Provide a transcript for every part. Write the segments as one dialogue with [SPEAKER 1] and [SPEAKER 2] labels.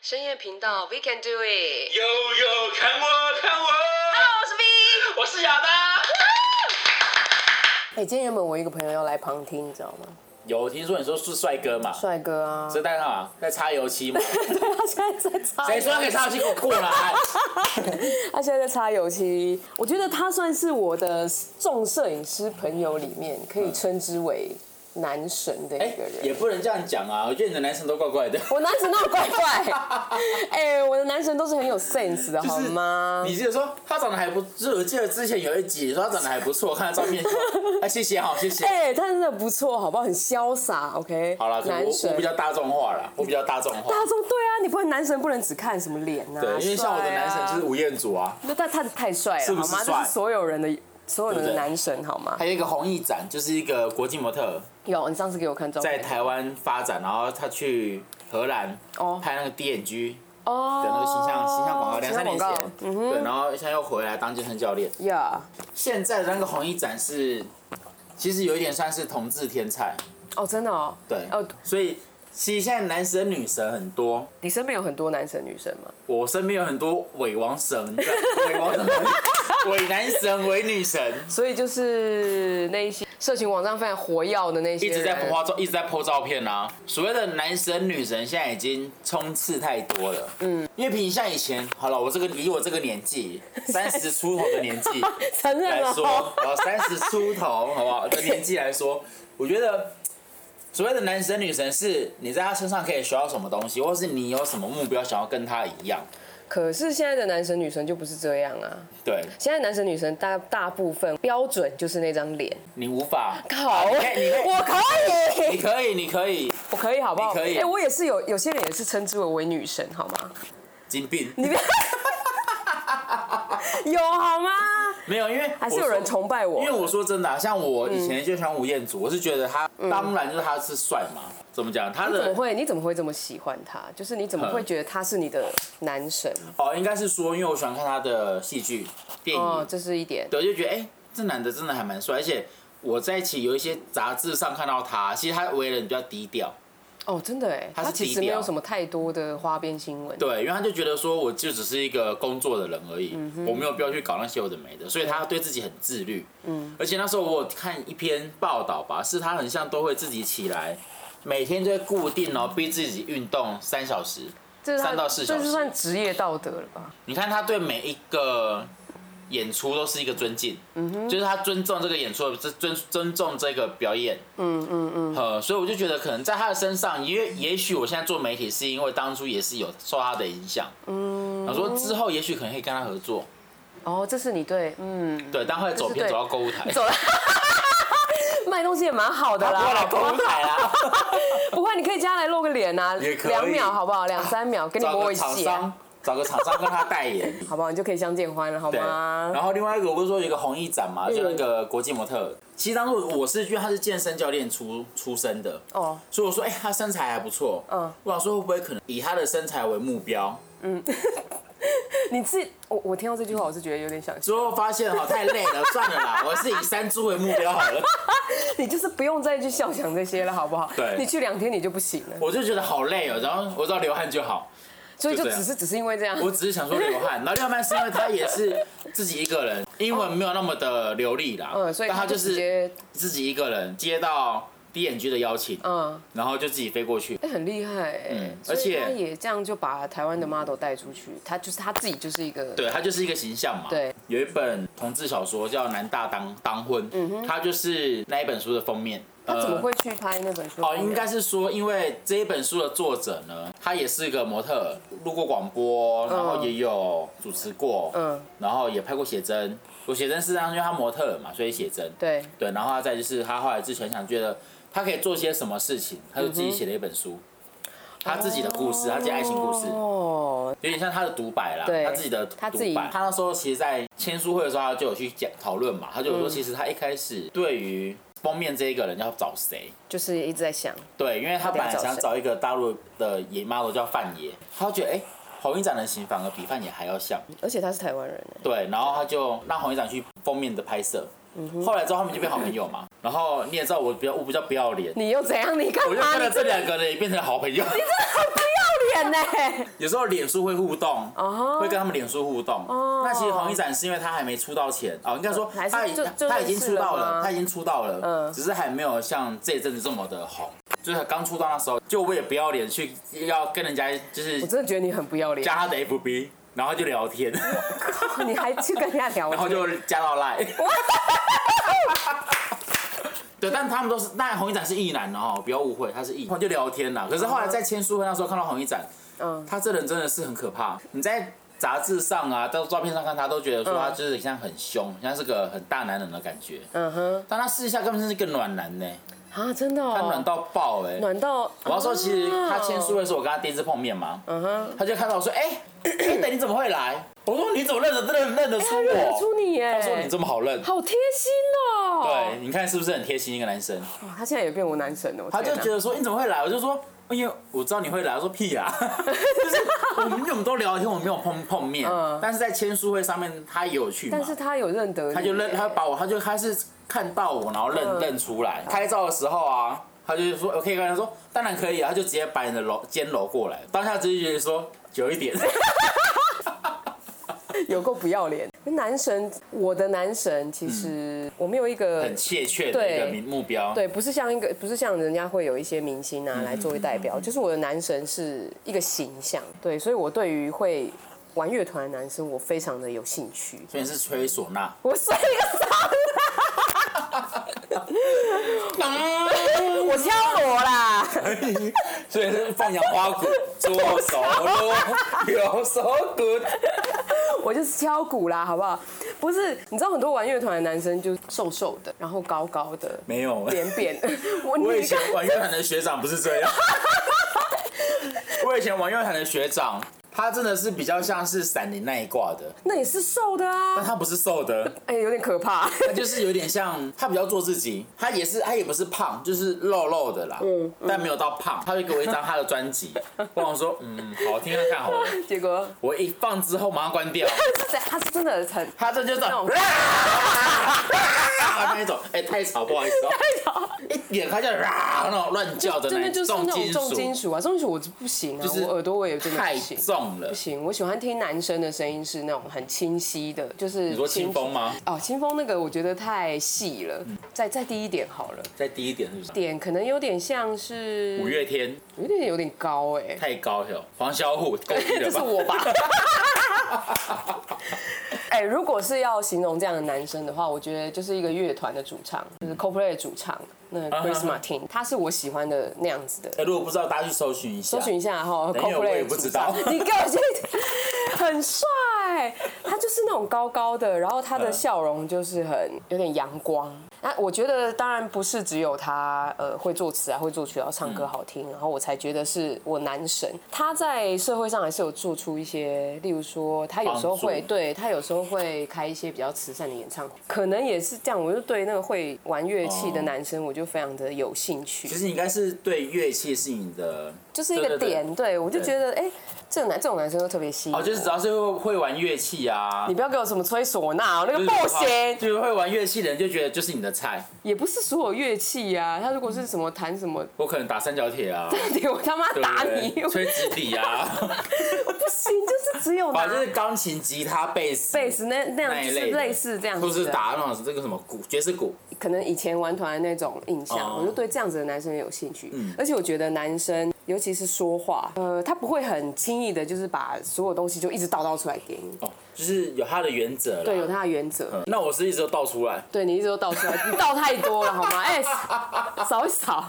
[SPEAKER 1] 深夜频道，We can do it。
[SPEAKER 2] 悠悠，看我，看我，
[SPEAKER 1] Hello，我是 V。
[SPEAKER 2] 我是亚当。
[SPEAKER 3] 哎、今天原本我一个朋友要来旁听，你知道吗？
[SPEAKER 4] 有听说你说是帅哥嘛？
[SPEAKER 3] 帅哥啊，
[SPEAKER 4] 这代号啊，在擦 油漆嘛？
[SPEAKER 3] 对， 他现在在擦，
[SPEAKER 4] 谁说他可以擦油漆？给我过 来！
[SPEAKER 3] 他现在在擦油漆。我觉得他算是我的众摄影师朋友里面可以称之为男神的一
[SPEAKER 4] 嗯哎
[SPEAKER 3] 个，人。
[SPEAKER 4] 也不能这样讲啊！我觉得你的男生都怪怪的，
[SPEAKER 3] 我男神那么怪 怪，哎、我的男神都是很有 sense 的，
[SPEAKER 4] 就
[SPEAKER 3] 好
[SPEAKER 4] 是
[SPEAKER 3] 吗？
[SPEAKER 4] 你记得说他长得还不，就是我记得之前有一集说他长得还不错，看他照 片说，哎，谢谢哈，谢谢。
[SPEAKER 3] 哎、他真的不错，好不好？很潇洒，OK。
[SPEAKER 4] 好了，我
[SPEAKER 3] 男神
[SPEAKER 4] 我比较大众化了，我比较大众化。
[SPEAKER 3] 大众对啊，你不能男神不能只看什么脸呐、啊，
[SPEAKER 4] 对，因为像我的男
[SPEAKER 3] 帅
[SPEAKER 4] 神
[SPEAKER 3] 啊
[SPEAKER 4] 就是吴彦祖啊，
[SPEAKER 3] 那但他太帅了，
[SPEAKER 4] 是不是
[SPEAKER 3] 好吗？这
[SPEAKER 4] 帅
[SPEAKER 3] 是所有人的所有人的
[SPEAKER 4] 对不对
[SPEAKER 3] 男神，好吗？
[SPEAKER 4] 还有一个弘毅展，就是一个国际模特，
[SPEAKER 3] 有，你上次给我看照
[SPEAKER 4] 在
[SPEAKER 3] 片。
[SPEAKER 4] 台湾发展，然后他去荷兰
[SPEAKER 3] 哦
[SPEAKER 4] 拍那个 DNG
[SPEAKER 3] 哦
[SPEAKER 4] 的那个形象形象广告，两三年前
[SPEAKER 3] 形象，嗯
[SPEAKER 4] 对，然后现在又回来当健身教练。
[SPEAKER 3] 呀
[SPEAKER 4] 现在的那个弘毅展是，其实有一点算是同志天才，
[SPEAKER 3] 哦，真的哦，
[SPEAKER 4] 对，
[SPEAKER 3] 哦，
[SPEAKER 4] 所以其实现在男神女神很多，
[SPEAKER 3] 你身边有很多男神女神吗？
[SPEAKER 4] 我身边有很多伪王神、伪王神、伪男神、伪女神，
[SPEAKER 3] 所以就是那一些社群网站非常活跃的那些
[SPEAKER 4] 一
[SPEAKER 3] 人，
[SPEAKER 4] 直在拍照，一直在 po 照片啊。所谓的男神女神，现在已经冲刺太多了。嗯，因为比你像以前，好了，我这个以我这个年纪，三十出头的年纪
[SPEAKER 3] 承认
[SPEAKER 4] 来
[SPEAKER 3] 了
[SPEAKER 4] 说，
[SPEAKER 3] 哦，
[SPEAKER 4] 然后三十出头，好 不好？的年纪来说，我觉得所谓的男神女神，是你在他身上可以学到什么东西，或是你有什么目标想要跟他一样。
[SPEAKER 3] 可是现在的男神女神就不是这样啊！
[SPEAKER 4] 对
[SPEAKER 3] 现在男神女神大大部分标准就是那张脸，
[SPEAKER 4] 你无 法，
[SPEAKER 3] 好，
[SPEAKER 4] 啊你可以你可
[SPEAKER 3] 我可以，
[SPEAKER 4] 以你可以，你可以，
[SPEAKER 3] 我可以，好不好？
[SPEAKER 4] 你可以
[SPEAKER 3] 哎，我也是有有些人也是称之为为女神，好吗？
[SPEAKER 4] 金病
[SPEAKER 3] 你别 有好吗？
[SPEAKER 4] 没有，因为
[SPEAKER 3] 还是
[SPEAKER 4] 我
[SPEAKER 3] 有人嗯
[SPEAKER 4] 说
[SPEAKER 3] 崇拜我
[SPEAKER 4] 因为？我说真的啊、像我以前就喜欢吴彦祖，我是觉得他当然就是他是帅嘛，怎么讲？他
[SPEAKER 3] 你怎么
[SPEAKER 4] 的嗯
[SPEAKER 3] 会？你怎么会这么喜欢他？就是你怎么会觉得他是你的男神？
[SPEAKER 4] 哦，应该是说，因为我喜欢看他的戏剧、电影，
[SPEAKER 3] 哦，这是一点。
[SPEAKER 4] 对，我就觉得哎、这男的真的还蛮帅，而且我在一起有一些杂志上看到他，其实他为人比较低调，
[SPEAKER 3] 哦，真的哎，
[SPEAKER 4] 他
[SPEAKER 3] 他
[SPEAKER 4] 是
[SPEAKER 3] 其
[SPEAKER 4] 低
[SPEAKER 3] 实没有
[SPEAKER 4] 调
[SPEAKER 3] 什么太多的花边新闻。
[SPEAKER 4] 对，因为他就觉得说我就只是一个工作的人而已，我没有必要去搞那些有的没的，所以他对自己很自律，嗯，而且那时候我有看一篇报道吧，是他很像都会自己起来，每天都会固定哦逼自己运动三小时。
[SPEAKER 3] 这是他
[SPEAKER 4] 三到四小
[SPEAKER 3] 这
[SPEAKER 4] 时
[SPEAKER 3] 是算职业道德了吧？
[SPEAKER 4] 你看他对每一个演出都是一个尊敬，
[SPEAKER 3] 嗯
[SPEAKER 4] 就是他尊重这个演出，尊尊尊重这个表演，嗯嗯嗯，呃，所以我就觉得可能在他的身上，因为也许我现在做媒体是因为当初也是有受他的影响，嗯，我说之后也许可能可以跟他合作，
[SPEAKER 3] 哦，这是你对，嗯，
[SPEAKER 4] 对，但后来走
[SPEAKER 3] 这是
[SPEAKER 4] 偏
[SPEAKER 3] 对
[SPEAKER 4] 走到购物台，
[SPEAKER 3] 走了。 卖东西也蛮好的
[SPEAKER 4] 他
[SPEAKER 3] 啦，
[SPEAKER 4] 不会来购物台啊 啦，
[SPEAKER 3] 不会，你可以加来露个脸啊，
[SPEAKER 4] 也可以
[SPEAKER 3] 两秒好不好？两三秒，跟你
[SPEAKER 4] 找
[SPEAKER 3] 摸
[SPEAKER 4] 个
[SPEAKER 3] 一
[SPEAKER 4] 厂
[SPEAKER 3] 下，
[SPEAKER 4] 商，找个厂商跟他代言，
[SPEAKER 3] 好不好？你就可以相见欢了，好
[SPEAKER 4] 对，
[SPEAKER 3] 吗？
[SPEAKER 4] 然后另外一个我不是说有一个红衣展
[SPEAKER 3] 嗯
[SPEAKER 4] 嘛，就那个国际模特，其实当初我是因为他是健身教练出出身的，
[SPEAKER 3] 哦，
[SPEAKER 4] 所以我说，哎、他身材还不错，
[SPEAKER 3] 嗯
[SPEAKER 4] 嗯，我想说会不会可能以他的身材为目标，
[SPEAKER 3] 你自己，我我听到这句话，我是觉得有点想笑
[SPEAKER 4] 之后发现哈哦太累 了，算了啦，我是以山猪为目标好了，
[SPEAKER 3] 你就是不用再去笑想这些了，好不好？
[SPEAKER 4] 对
[SPEAKER 3] 你去两天你就不行了，
[SPEAKER 4] 我就觉得好累哦、然后我知道流汗就好，
[SPEAKER 3] 所以就
[SPEAKER 4] 就这样
[SPEAKER 3] 只是只是因为这样。
[SPEAKER 4] 我只是想说流汗， 然后另外一半是因为他也是自己一个人，英文没有那么的流利啦，
[SPEAKER 3] 嗯，所以
[SPEAKER 4] 但
[SPEAKER 3] 他
[SPEAKER 4] 他
[SPEAKER 3] 就
[SPEAKER 4] 就
[SPEAKER 3] 直
[SPEAKER 4] 是
[SPEAKER 3] 接，
[SPEAKER 4] 自己一个人接到 D N G 的邀请，
[SPEAKER 3] 嗯，
[SPEAKER 4] 然后就自己飞过去，
[SPEAKER 3] 哎、很厉害、哎，
[SPEAKER 4] 嗯
[SPEAKER 3] 所以
[SPEAKER 4] 而且
[SPEAKER 3] 他也这样就把台湾的 model 带出去，他就是他自己就是一个，
[SPEAKER 4] 对他就是一个形象嘛。
[SPEAKER 3] 对，
[SPEAKER 4] 有一本同志小说叫《南大当当婚》，他就是那一本书的封面。
[SPEAKER 3] 他嗯怎么
[SPEAKER 4] 呃
[SPEAKER 3] 会去拍那本书？
[SPEAKER 4] 哦，应该是说，因为这一本书的作者呢，他也是个模特儿，录过广播，然后也有主持过，
[SPEAKER 3] 嗯
[SPEAKER 4] 嗯，然后也拍过写真。我写真是当因为他模特儿嘛，所以写真。
[SPEAKER 3] 对，
[SPEAKER 4] 对，然后他再就是他后来之前想觉得他可以做些什么事情，他就
[SPEAKER 3] 嗯
[SPEAKER 4] 自己写了一本书，他自己的故事，他自己的爱情故事，
[SPEAKER 3] 哦，
[SPEAKER 4] 有点像他的独白啦
[SPEAKER 3] 对，
[SPEAKER 4] 他自己的
[SPEAKER 3] 他自己
[SPEAKER 4] 独白。他那时候其实，在签书会的时候，他就有去讲讨论嘛，他就有
[SPEAKER 3] 嗯
[SPEAKER 4] 说，其实他一开始对于封面这一个人要找谁，
[SPEAKER 3] 就是一直在想，
[SPEAKER 4] 对，因为他本来想找一个大陆的野 model 叫范爷，他觉得哎、红一展的型反而比范爷还要像，
[SPEAKER 3] 而且他是台湾人、哎，
[SPEAKER 4] 对，然后他就让红一展去封面的拍摄，
[SPEAKER 3] 嗯
[SPEAKER 4] 后来之后他们就变好朋友嘛。然后你也知道我比较我比较不要脸，
[SPEAKER 3] 啊你又怎样？你干
[SPEAKER 4] 我就
[SPEAKER 3] 嘛？
[SPEAKER 4] 看
[SPEAKER 3] 你
[SPEAKER 4] 到这
[SPEAKER 3] 真的
[SPEAKER 4] 两个人也变成好朋友，
[SPEAKER 3] 很不要欸远呢。
[SPEAKER 4] 有时候脸书会互动
[SPEAKER 3] 哦
[SPEAKER 4] 会跟他们脸书互动。
[SPEAKER 3] 哦
[SPEAKER 4] 那其实黄一展是因为他还没出道前哦，应该说
[SPEAKER 3] 还是
[SPEAKER 4] 他已
[SPEAKER 3] 就就
[SPEAKER 4] 他已
[SPEAKER 3] 认
[SPEAKER 4] 经
[SPEAKER 3] 识
[SPEAKER 4] 出
[SPEAKER 3] 了
[SPEAKER 4] 道了，
[SPEAKER 3] 吗
[SPEAKER 4] 他已经出道了，
[SPEAKER 3] 嗯
[SPEAKER 4] 只是还没有像这一阵子这么的红。就是他刚出道那时候，就我也不要脸去要跟人家就是
[SPEAKER 3] 我真的觉得你很不要脸
[SPEAKER 4] 加，他的 FB，然后就 聊天，
[SPEAKER 3] 你还去跟人家聊
[SPEAKER 4] 然后
[SPEAKER 3] 天，
[SPEAKER 4] 就加到 Line。对，但他们都是，那洪一展是艺男哦，不要误会，他是艺，然后就聊天啦。可是后来在签书会那时候看到洪一展，
[SPEAKER 3] 嗯，
[SPEAKER 4] 他这人真的是很可怕。你在杂志上啊，到照片上看他，都觉得说他就是像很凶，像是个很大男人的感觉。
[SPEAKER 3] 嗯哼，
[SPEAKER 4] 但他私下根本是一个暖男呢、
[SPEAKER 3] 啊，真的哦，
[SPEAKER 4] 他暖到爆哎、
[SPEAKER 3] 暖到，
[SPEAKER 4] 我要说，其实他签书
[SPEAKER 3] 哦，
[SPEAKER 4] 的时候，我跟他第一次碰面嘛，
[SPEAKER 3] 嗯哼，
[SPEAKER 4] 他就看到我说：“哎、欸，等你怎么会来？”我说：“你怎么认得认认得出
[SPEAKER 3] 哎他认得
[SPEAKER 4] 我
[SPEAKER 3] 出你？”耶，
[SPEAKER 4] 他说：“你这么好认。”
[SPEAKER 3] 好贴心哦，
[SPEAKER 4] 对，你看是不是很贴心一个男生？
[SPEAKER 3] 哇，他现在也变我男神哦了，我
[SPEAKER 4] 他就
[SPEAKER 3] 天哪
[SPEAKER 4] 觉得说你怎么会来？我就说，哦因为我知道你会来。我说屁啊， 就是我们因为我们都聊天，我们没有碰碰面，
[SPEAKER 3] 嗯
[SPEAKER 4] 但是在签书会上面他也有去嘛，
[SPEAKER 3] 但是他有认得你耶，
[SPEAKER 4] 他就认，他把我，他就他是看到我，然后认、
[SPEAKER 3] 嗯
[SPEAKER 4] 认出来。拍照的时候啊，他就说我可以跟他说，当然可以啊，他就直接把你的楼肩楼过来，当下直接觉得说久一点。
[SPEAKER 3] 有够不要脸。男神，我的男神，其实我没有一个
[SPEAKER 4] 嗯很怯怯的一个
[SPEAKER 3] 对
[SPEAKER 4] 目标，
[SPEAKER 3] 对，不是像一个，不是像人家会有一些明星
[SPEAKER 4] 嗯
[SPEAKER 3] 啊来作为代表，就是我的男神是一个形象，对，所以我对于会玩乐团的男生，我非常的有兴趣。
[SPEAKER 4] 所以是吹唢呐，
[SPEAKER 3] 我睡一个手， 我敲锣啦，
[SPEAKER 4] 所以是放羊花鼓，左手锣， 右手鼓。
[SPEAKER 3] 我就是敲鼓啦，好不好？不是，你知道很多玩乐团的男生就是瘦瘦的，然后高高的，
[SPEAKER 4] 没有，
[SPEAKER 3] 扁扁。我
[SPEAKER 4] 我以
[SPEAKER 3] 你
[SPEAKER 4] 前
[SPEAKER 3] 看，
[SPEAKER 4] 玩乐团的学长不是这 样。我以前玩乐团的学长，他真的是比较像是闪灵那一挂的，
[SPEAKER 3] 那也是瘦的
[SPEAKER 4] 但
[SPEAKER 3] 啊，
[SPEAKER 4] 他不是瘦的，
[SPEAKER 3] 哎、有点可怕。
[SPEAKER 4] 他就是有点像，他比较做自己，他也是他也不是胖，就是肉肉的啦，
[SPEAKER 3] 嗯
[SPEAKER 4] 但没有到胖。他会给我一张他的专 辑，我想说，嗯，好听看看好了。
[SPEAKER 3] 结果
[SPEAKER 4] 我一放之后马上关掉，
[SPEAKER 3] 是他是真的很
[SPEAKER 4] 他这就是
[SPEAKER 3] 那 种
[SPEAKER 4] 啊那一种，哎、太吵，不好意思、 哦。一点开就啊那种乱叫的
[SPEAKER 3] 真
[SPEAKER 4] 那
[SPEAKER 3] 的
[SPEAKER 4] 一种
[SPEAKER 3] 就是那种重金
[SPEAKER 4] 金属，
[SPEAKER 3] 属啊，重金属我就不行啊，
[SPEAKER 4] 就是
[SPEAKER 3] 我耳朵我也真的
[SPEAKER 4] 太
[SPEAKER 3] 不行。
[SPEAKER 4] 重了
[SPEAKER 3] 不。行，我喜欢听男生的声音是那种很清晰的，就是
[SPEAKER 4] 你说清风吗？
[SPEAKER 3] 哦，清风那个我觉得太细了，
[SPEAKER 4] 嗯
[SPEAKER 3] 再再低一点好了，
[SPEAKER 4] 再低一点是不是？
[SPEAKER 3] 点可能有点像是
[SPEAKER 4] 五，月天
[SPEAKER 3] 有点有点高哎、
[SPEAKER 4] 太高了，黄小琥 够低
[SPEAKER 3] 这
[SPEAKER 4] 了
[SPEAKER 3] 是
[SPEAKER 4] 吧？
[SPEAKER 3] 我吧？哎、如果是要形容这样的男生的话，我觉得就是一个乐团的主唱，就是 Coldplay 的主唱，那个
[SPEAKER 4] 啊哈
[SPEAKER 3] Chris
[SPEAKER 4] 哈
[SPEAKER 3] Martin，他是我喜欢的那样子的
[SPEAKER 4] 哎，如果不知道，大家去搜寻一下。
[SPEAKER 3] 搜寻一下哈
[SPEAKER 4] 没有我也
[SPEAKER 3] ，Coldplay
[SPEAKER 4] 不知道
[SPEAKER 3] 主唱你给我去， 很帅，他就是那种高高的，然后他的
[SPEAKER 4] 嗯
[SPEAKER 3] 笑容就是很有点阳光。那我觉得当然不是只有他呃会作词啊，会作曲啊，然后唱歌好听，然后我才觉得是我男神。他在社会上还是有做出一些，例如说他有时候会
[SPEAKER 4] 帮助
[SPEAKER 3] 对他有时候会开一些比较慈善的演唱会，可能也是这样。我就对那个会玩乐器的
[SPEAKER 4] 哦
[SPEAKER 3] 男生，我就非常的有兴趣。
[SPEAKER 4] 其实你应该是对乐器是你的，
[SPEAKER 3] 就是一个
[SPEAKER 4] 对对对
[SPEAKER 3] 点，对我就觉得，哎、这种男这种男生都特别吸引我。
[SPEAKER 4] 哦，就是只要是会会玩乐器啊
[SPEAKER 3] 你，不要给我什么吹唢呐哦，那个
[SPEAKER 4] 就是
[SPEAKER 3] 不行，
[SPEAKER 4] 就是会玩乐器的人就觉得就是你的菜。
[SPEAKER 3] 也不是所有乐器呀、他如果是什么弹什么，
[SPEAKER 4] 我可能打三角铁啊，
[SPEAKER 3] 我他妈
[SPEAKER 4] 对
[SPEAKER 3] 打
[SPEAKER 4] 不
[SPEAKER 3] 你，
[SPEAKER 4] 对？
[SPEAKER 3] 我
[SPEAKER 4] 吹纸笛啊，
[SPEAKER 3] 不行，就是只有拿
[SPEAKER 4] 反正就是钢琴、吉他、贝斯、
[SPEAKER 3] 贝斯那那
[SPEAKER 4] 那
[SPEAKER 3] 样，
[SPEAKER 4] 一
[SPEAKER 3] 就是
[SPEAKER 4] 类的，
[SPEAKER 3] 类似这样子的，
[SPEAKER 4] 或是打那种这个什么鼓，爵士鼓。
[SPEAKER 3] 可能以前玩团的那种印象，
[SPEAKER 4] 哦嗯
[SPEAKER 3] 我就对这样子的男生有兴趣。而且我觉得男生，尤其是说话，呃，他不会很轻易的，就是把所有东西就一直倒倒出来给你，
[SPEAKER 4] 哦，就是有他的原则啦
[SPEAKER 3] 对，有他的原则。
[SPEAKER 4] 啊嗯那我是一直都倒出来，
[SPEAKER 3] 对你一直都倒出来，你倒太多了好吗？哎、扫一扫。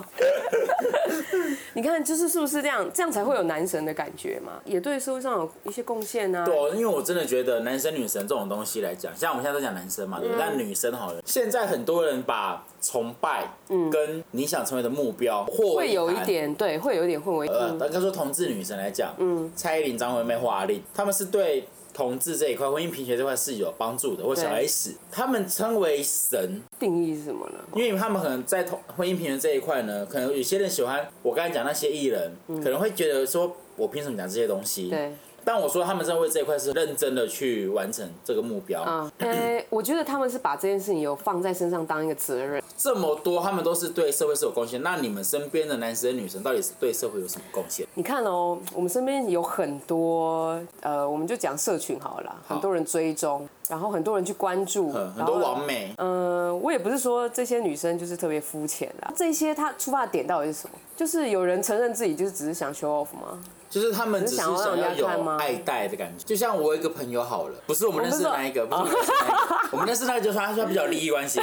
[SPEAKER 3] 你看，就是是不是这样？这样才会有男神的感觉嘛？也对社会上有一些贡献啊。
[SPEAKER 4] 对，因为我真的觉得男生女神这种东西来讲，像我们现在都讲男生嘛，
[SPEAKER 3] 嗯
[SPEAKER 4] 对不对但女生好了，现在很多人把崇拜跟你想成为的目标
[SPEAKER 3] 嗯
[SPEAKER 4] 或
[SPEAKER 3] 会有一。点嗯对，会有一点混为一
[SPEAKER 4] 呃
[SPEAKER 3] 谈，。
[SPEAKER 4] 应该说同志女神来讲，嗯，蔡依林、张惠妹、华丽，他们是对同志这一块、婚姻平权这块是有帮助的，或小
[SPEAKER 3] 对
[SPEAKER 4] S，他们称为神，
[SPEAKER 3] 定义是什么呢？
[SPEAKER 4] 因为他们可能在同婚姻平权这一块呢，可能有些人喜欢我刚才讲那些艺人，可能会觉得说，我凭什么讲这些东西？
[SPEAKER 3] 嗯对，
[SPEAKER 4] 但我说他们在为这一块是认真的去完成这个目标。
[SPEAKER 3] 嗯，呃，我觉得他们是把这件事情有放在身上当一个责任。
[SPEAKER 4] 这么多，他们都是对社会是有贡献。那你们身边的男生女生到底是对社会有什么贡献？
[SPEAKER 3] 你看哦，我们身边有很多，呃，我们就讲社群好了啦，很多人追踪，然后很多人去关注，
[SPEAKER 4] 嗯，很
[SPEAKER 3] 然
[SPEAKER 4] 多
[SPEAKER 3] 后
[SPEAKER 4] 网美，
[SPEAKER 3] 呃，我也不是说这些女生就是特别肤浅啦，这些她出发点到底是什么？就是有人承认自己就是只是想 show off 吗？
[SPEAKER 4] 就是他们只是想
[SPEAKER 3] 只是想要
[SPEAKER 4] 要
[SPEAKER 3] 让人家看吗
[SPEAKER 4] 有爱戴的感觉。就像我有一个朋友好了，不是我们认识的那一个，不是我们认识的那一个，我们认识那个就是他说他比较有利益关 系，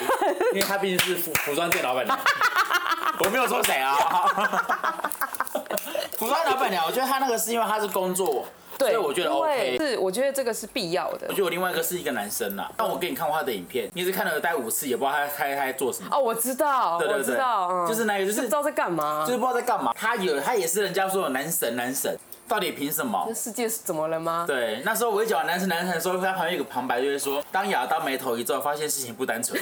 [SPEAKER 4] 因为他毕竟是服服装店老 板娘。我没有说谁啊。 服装老板娘，我觉得她那个是因为她是工作，所以我觉得 OK。
[SPEAKER 3] 对是我觉得这个是必要的
[SPEAKER 4] 我。觉得我另外一个是一个男生啦，但我给你看过他的影片，你也是看了大概五次，也不知道他他他在做什么。
[SPEAKER 3] 哦，我知道，
[SPEAKER 4] 对对对
[SPEAKER 3] 我知道，嗯、
[SPEAKER 4] 就是那个就是
[SPEAKER 3] 不知道在干嘛
[SPEAKER 4] 就。是不知道在干嘛。他有，他也是人家说有男神男神，到底凭什么
[SPEAKER 3] 这？世界是怎么了吗？
[SPEAKER 4] 对，那时候我一讲男神男神的时候，他旁边有个旁白就会说，当亚当没头一皱，发现事情不 单纯，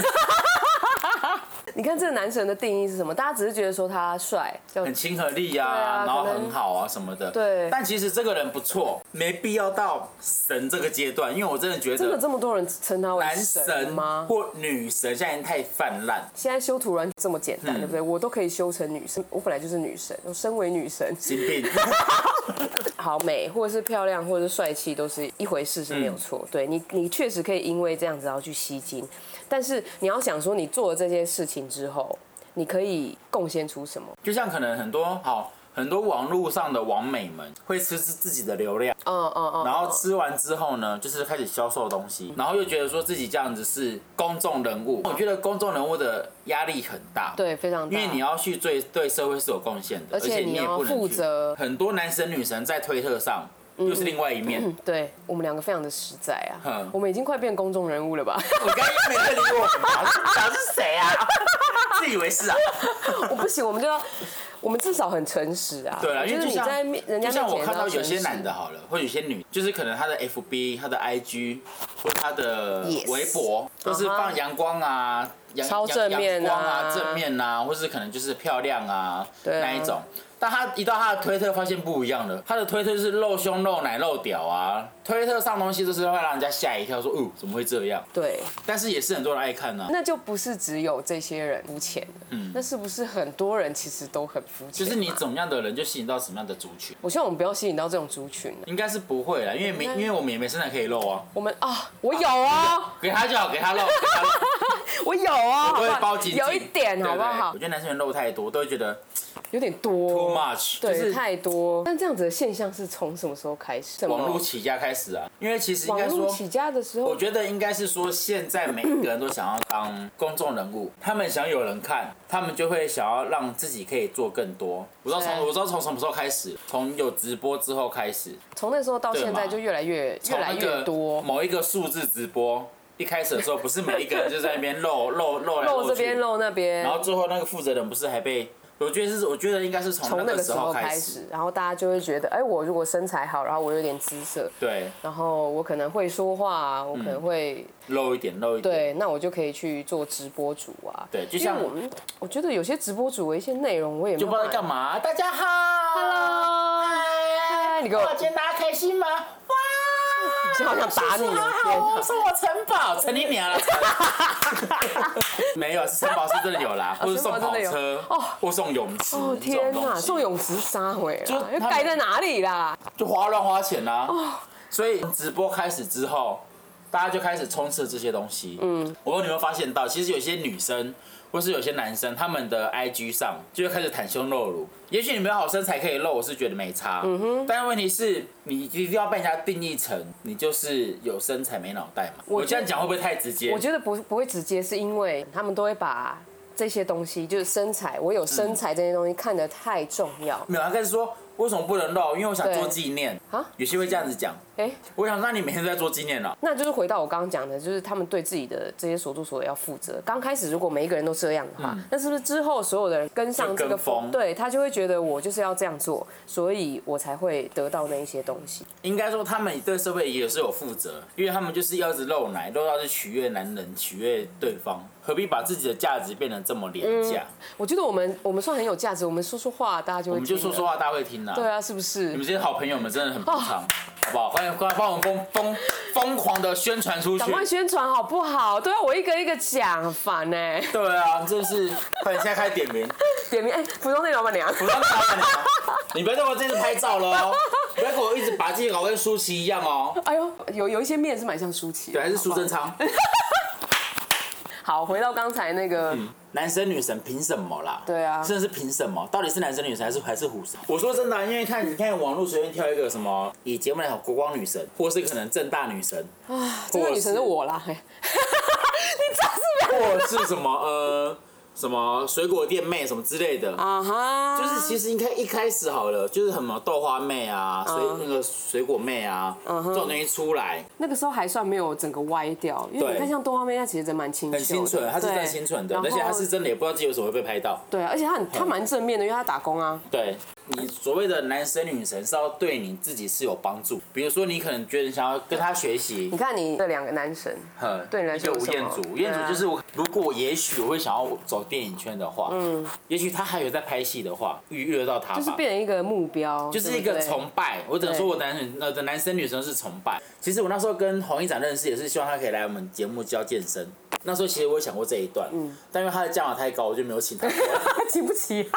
[SPEAKER 3] 你看这个男神的定义是什么？大家只是觉得说他帅，叫
[SPEAKER 4] 很亲和力呀、
[SPEAKER 3] 对啊
[SPEAKER 4] 然后
[SPEAKER 3] 可能
[SPEAKER 4] 很好啊什么的。
[SPEAKER 3] 对
[SPEAKER 4] 但其实这个人不错，没必要到神这个阶段，因为我真的觉
[SPEAKER 3] 真的
[SPEAKER 4] 得
[SPEAKER 3] 这么多人称他为
[SPEAKER 4] 男
[SPEAKER 3] 神
[SPEAKER 4] 神
[SPEAKER 3] 吗？
[SPEAKER 4] 或女神现在已经太泛滥，
[SPEAKER 3] 现在修图软体这么简单，
[SPEAKER 4] 嗯
[SPEAKER 3] 对不对？我都可以修成女生，我本来就是女神，我身为女神，
[SPEAKER 4] 心病。
[SPEAKER 3] 好美，或者是漂亮，或者是帅气，都是一回事，是没有
[SPEAKER 4] 嗯
[SPEAKER 3] 错。对你，你确实可以因为这样子然后去吸金，但是你要想说，你做了这些事情之后，你可以贡献出什么？
[SPEAKER 4] 就像可能很多好很多网络上的网美们会吃自自己的流量，
[SPEAKER 3] 嗯嗯嗯。
[SPEAKER 4] 然后吃完之后呢，就是开始销售东西，然后又觉得说自己这样子是公众人物，我觉得公众人物的压力很大。。
[SPEAKER 3] 对，非常大。
[SPEAKER 4] 因为你要去对对社会是有贡献的，
[SPEAKER 3] 而
[SPEAKER 4] 而
[SPEAKER 3] 且
[SPEAKER 4] 你
[SPEAKER 3] 你
[SPEAKER 4] 也
[SPEAKER 3] 要
[SPEAKER 4] 不能去
[SPEAKER 3] 负责嗯
[SPEAKER 4] 很多男神女神在推特上又是另外一面，
[SPEAKER 3] 对我们两个非常的实在啊
[SPEAKER 4] 嗯，
[SPEAKER 3] 我们已经快变公众人物了 吧？
[SPEAKER 4] 我刚刚没在理我，想是谁啊？ 自以为是啊？
[SPEAKER 3] 我不行，我们就要，我们至少很诚实啊。
[SPEAKER 4] 对啊，
[SPEAKER 3] 我
[SPEAKER 4] 因
[SPEAKER 3] 觉
[SPEAKER 4] 为
[SPEAKER 3] 得
[SPEAKER 4] 就
[SPEAKER 3] 你
[SPEAKER 4] 像
[SPEAKER 3] 在面人家
[SPEAKER 4] 就像我
[SPEAKER 3] 面前
[SPEAKER 4] 看
[SPEAKER 3] 要
[SPEAKER 4] 到有些
[SPEAKER 3] 诚实
[SPEAKER 4] 男的好了，或有些女，就是可能他的 FB、他的 IG 或他的
[SPEAKER 3] Yes
[SPEAKER 4] 微博，都是
[SPEAKER 3] 啊哈
[SPEAKER 4] 放阳光啊、阳
[SPEAKER 3] 超正
[SPEAKER 4] 阳
[SPEAKER 3] 面啊
[SPEAKER 4] 阳光啊、正面啊，或是可能就是漂亮啊
[SPEAKER 3] 对啊
[SPEAKER 4] 那一种。但他一到他的推特，发现不一样了。他的推特就是露胸、露奶、露屌啊，推特上东西都是会让人家吓一跳，说哦怎么会这样？
[SPEAKER 3] 对，
[SPEAKER 4] 但是也是很多人爱看呢、啊，
[SPEAKER 3] 那就不是只有这些人肤浅的，那是不是很多人其实都很肤浅啊？
[SPEAKER 4] 嗯就是你怎么样的人就吸引到什么样的族群，
[SPEAKER 3] 我希望我们不要吸引到这种族群、啊。
[SPEAKER 4] 应该是不会啦，因为没因为我们也没身材可以露啊。
[SPEAKER 3] 我们啊，我有哦，
[SPEAKER 4] 给他就好，给 他露，给他露
[SPEAKER 3] 我有哦，
[SPEAKER 4] 我
[SPEAKER 3] 好不
[SPEAKER 4] 会
[SPEAKER 3] 好
[SPEAKER 4] 包紧紧，
[SPEAKER 3] 有一点
[SPEAKER 4] 对
[SPEAKER 3] 好不
[SPEAKER 4] 对
[SPEAKER 3] 好
[SPEAKER 4] 我？觉得男生人露太多，都会觉得
[SPEAKER 3] 有点
[SPEAKER 4] too
[SPEAKER 3] 多，
[SPEAKER 4] much，就
[SPEAKER 3] 对，
[SPEAKER 4] 是
[SPEAKER 3] 太多。但这样子的现象是从什么时候开始？什么
[SPEAKER 4] 网络起家开始啊。因为其实应该
[SPEAKER 3] 网络
[SPEAKER 4] 说，
[SPEAKER 3] 起家的时候
[SPEAKER 4] 我，觉得应该是说，现在每一个人都想要当公众 人物，他们想有人看，他们就会想要让自己可以做更多。我知道从
[SPEAKER 3] 对
[SPEAKER 4] 我知道从什么时候开始，从有直播之后开始，
[SPEAKER 3] 从那时候到现在
[SPEAKER 4] 对嘛
[SPEAKER 3] 就越来越越来
[SPEAKER 4] 从那
[SPEAKER 3] 越
[SPEAKER 4] 个
[SPEAKER 3] 多。
[SPEAKER 4] 某一个数字直播。一开始的时候，不是每一个人就在那边露 露露来
[SPEAKER 3] 露这
[SPEAKER 4] 去
[SPEAKER 3] 边露那边，
[SPEAKER 4] 然后最后那个负责人不是还被，我觉得是，我觉得应该是从
[SPEAKER 3] 从
[SPEAKER 4] 那
[SPEAKER 3] 那
[SPEAKER 4] 个
[SPEAKER 3] 个
[SPEAKER 4] 时
[SPEAKER 3] 时
[SPEAKER 4] 候
[SPEAKER 3] 候
[SPEAKER 4] 开
[SPEAKER 3] 开
[SPEAKER 4] 始，
[SPEAKER 3] 始，然后大家就会觉得，哎，我如果身材好，然后我有点姿色，
[SPEAKER 4] 对，
[SPEAKER 3] 然后我可能会说话，我可能会
[SPEAKER 4] 露一点，露一点。
[SPEAKER 3] 对，那我就可以去做直播主啊。
[SPEAKER 4] 对就像
[SPEAKER 3] 因为我们，我觉得有些直播主的一些内容，我也没
[SPEAKER 4] 就
[SPEAKER 3] 有
[SPEAKER 4] 不知道在
[SPEAKER 3] 办法
[SPEAKER 4] 干嘛。哎大家好
[SPEAKER 3] 嗨
[SPEAKER 4] 嗨，
[SPEAKER 3] 你给我
[SPEAKER 4] 哇今天大家开心吗？哇，
[SPEAKER 3] 现在好想打你哦
[SPEAKER 4] 叔叔好好哦，是我城堡，陈你娘了。 没有，是城堡是真的有啦，或者送跑
[SPEAKER 3] 城堡真的有
[SPEAKER 4] 车
[SPEAKER 3] 哦
[SPEAKER 4] 或送泳池
[SPEAKER 3] 哦
[SPEAKER 4] 这种
[SPEAKER 3] 天
[SPEAKER 4] 东
[SPEAKER 3] 哪，
[SPEAKER 4] 西
[SPEAKER 3] 宋永池杀回
[SPEAKER 4] 就
[SPEAKER 3] 了，又
[SPEAKER 4] 他们
[SPEAKER 3] 盖在哪里啦？
[SPEAKER 4] 就花乱花钱啦、所以直播开始之后，大家就开始充斥这些东西。嗯，我有你有没有发现到，其实有些女生或是有些男生，他们的 IG 上就会开始袒胸露乳。也许你没有好身材可以露，我是觉得没差。嗯哼，但问题是你一定要被人家定义成你就是有身材没脑袋嘛？
[SPEAKER 3] 我
[SPEAKER 4] 我这样讲会不会太直接？
[SPEAKER 3] 我觉得不不会直接，是因为他们都会把这些东西，就是身材，我有身材这些东西看得太重要。
[SPEAKER 4] 没有，他开始说为什么不能露？因为我想做
[SPEAKER 3] 对
[SPEAKER 4] 纪念
[SPEAKER 3] 啊
[SPEAKER 4] 有些会这样子讲。
[SPEAKER 3] 哎，
[SPEAKER 4] 我想，那你每天都在做纪念了、哦
[SPEAKER 3] 那就是回到我刚刚讲的，就是他们对自己的这些所作所为要负责。刚开始如果每一个人都这样的话，那是不是之后所有的人跟上这个
[SPEAKER 4] 嗯就跟风
[SPEAKER 3] 对他就会觉得我就是要这样做，所以我才会得到那一些东西。
[SPEAKER 4] 应该说他们对社会也是有负责，因为他们就是要一直露奶，露到去取悦男人、取悦对方，何必把自己的价值变得这么廉
[SPEAKER 3] 嗯
[SPEAKER 4] 价？
[SPEAKER 3] 我觉得我们我们算很有价值，我们说说话大家就会
[SPEAKER 4] 我们就
[SPEAKER 3] 听
[SPEAKER 4] 说
[SPEAKER 3] 了
[SPEAKER 4] 说，话，大家会听啦、
[SPEAKER 3] 对啊，是不哦
[SPEAKER 4] 你
[SPEAKER 3] 是
[SPEAKER 4] 们？这些好朋友们真的很平常，好不好？欢迎快帮我们疯疯疯狂的宣传出去
[SPEAKER 3] 赶。快宣传好不好？都要我一个一个讲，很烦呢、
[SPEAKER 4] 对啊，这是 快点现在开始点名，
[SPEAKER 3] 点名哎，服装店老板娘，
[SPEAKER 4] 不让他们啊！你不要再给我这次拍照了哦，不要给我一直把自己搞跟舒淇一样哦。
[SPEAKER 3] 哎呦，有有一些面是蛮像舒淇的，
[SPEAKER 4] 对，还是苏贞
[SPEAKER 3] 好
[SPEAKER 4] 昌，
[SPEAKER 3] 不好。好，回到刚才那个，
[SPEAKER 4] 男神女神凭什么啦？
[SPEAKER 3] 对啊
[SPEAKER 4] 真的是凭什么？到底是男神女神还是还是虎神？我说真的啊、因为看你看网络随便挑一个什么，以节目来讲国光女神，或是可能正大女神，
[SPEAKER 3] 这啊个女神是我啦，嘿你这是不要
[SPEAKER 4] 或是什么呃什么水果店妹什么之类的。
[SPEAKER 3] 啊哈，
[SPEAKER 4] 就是其实应该一开始好了，就是什么豆花妹啊，水、那个水果妹啊
[SPEAKER 3] 嗯
[SPEAKER 4] 这种东西出来，
[SPEAKER 3] 那个时候还算没有整个歪掉，因为你
[SPEAKER 4] 对
[SPEAKER 3] 看像动画妹，她其实真蛮清秀
[SPEAKER 4] 很
[SPEAKER 3] 的，
[SPEAKER 4] 清纯，她是真的
[SPEAKER 3] 对
[SPEAKER 4] 清纯的，
[SPEAKER 3] 然后
[SPEAKER 4] 而且她是嗯真的也不知道自己为什么会被拍到。
[SPEAKER 3] 对，啊而且她很她蛮正面的，因为她打工啊，
[SPEAKER 4] 对你所谓的男神女神是要对你自己是有帮助，比如说你可能觉得你想要跟她学习
[SPEAKER 3] 你，看你的两个男神，
[SPEAKER 4] 哼
[SPEAKER 3] 嗯对你来
[SPEAKER 4] 一个
[SPEAKER 3] 说有
[SPEAKER 4] 吴
[SPEAKER 3] 什
[SPEAKER 4] 彦
[SPEAKER 3] 么
[SPEAKER 4] 祖，吴彦
[SPEAKER 3] 对啊
[SPEAKER 4] 祖就是我，如果也许我会想要走电影圈的话，嗯，也许他还有在拍戏的话，预约到他吧，
[SPEAKER 3] 就是变成一个目标，
[SPEAKER 4] 就是一
[SPEAKER 3] 对
[SPEAKER 4] 个
[SPEAKER 3] 不对
[SPEAKER 4] 崇拜。我只能说我男女呃的男生女生是崇拜。其实我那时候跟洪一长认识，也是希望他可以来我们节目教健身。那时候其实我有想过这一段，嗯，但因为他的价码太高，我就没有请他。
[SPEAKER 3] 请不起。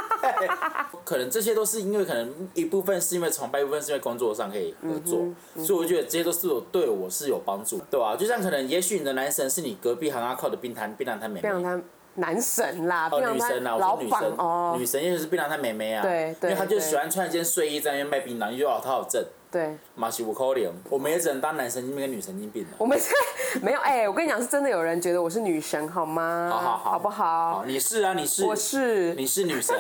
[SPEAKER 4] 可能这些都是因为可能一部分是因为崇拜，一部分是因为工作上可以合作，
[SPEAKER 3] 嗯
[SPEAKER 4] 所以我觉得这些都是有对我是有帮助，对吧、就像可能也许你的男神是你隔壁行阿靠的冰糖冰糖摊妹
[SPEAKER 3] 不让
[SPEAKER 4] 妹。
[SPEAKER 3] 他男神啦，不
[SPEAKER 4] 哦，
[SPEAKER 3] 让
[SPEAKER 4] 女
[SPEAKER 3] 他
[SPEAKER 4] 神啊，我
[SPEAKER 3] 老
[SPEAKER 4] 说女
[SPEAKER 3] 板
[SPEAKER 4] 神，
[SPEAKER 3] 哦
[SPEAKER 4] 女，神也许是槟榔摊妹妹啊，
[SPEAKER 3] 对对
[SPEAKER 4] 因为她就
[SPEAKER 3] 对
[SPEAKER 4] 喜欢穿一件睡衣在那边卖槟榔，又好她好正，
[SPEAKER 3] 对，
[SPEAKER 4] 马西五扣零，我们也只能当男神经病跟女神经病了。
[SPEAKER 3] 我们现在没有哎，我跟你讲，是真的有人觉得我是女神好吗？
[SPEAKER 4] 好好好
[SPEAKER 3] 不
[SPEAKER 4] 好，
[SPEAKER 3] 好？
[SPEAKER 4] 你是啊，你是，
[SPEAKER 3] 我是
[SPEAKER 4] 你是女神，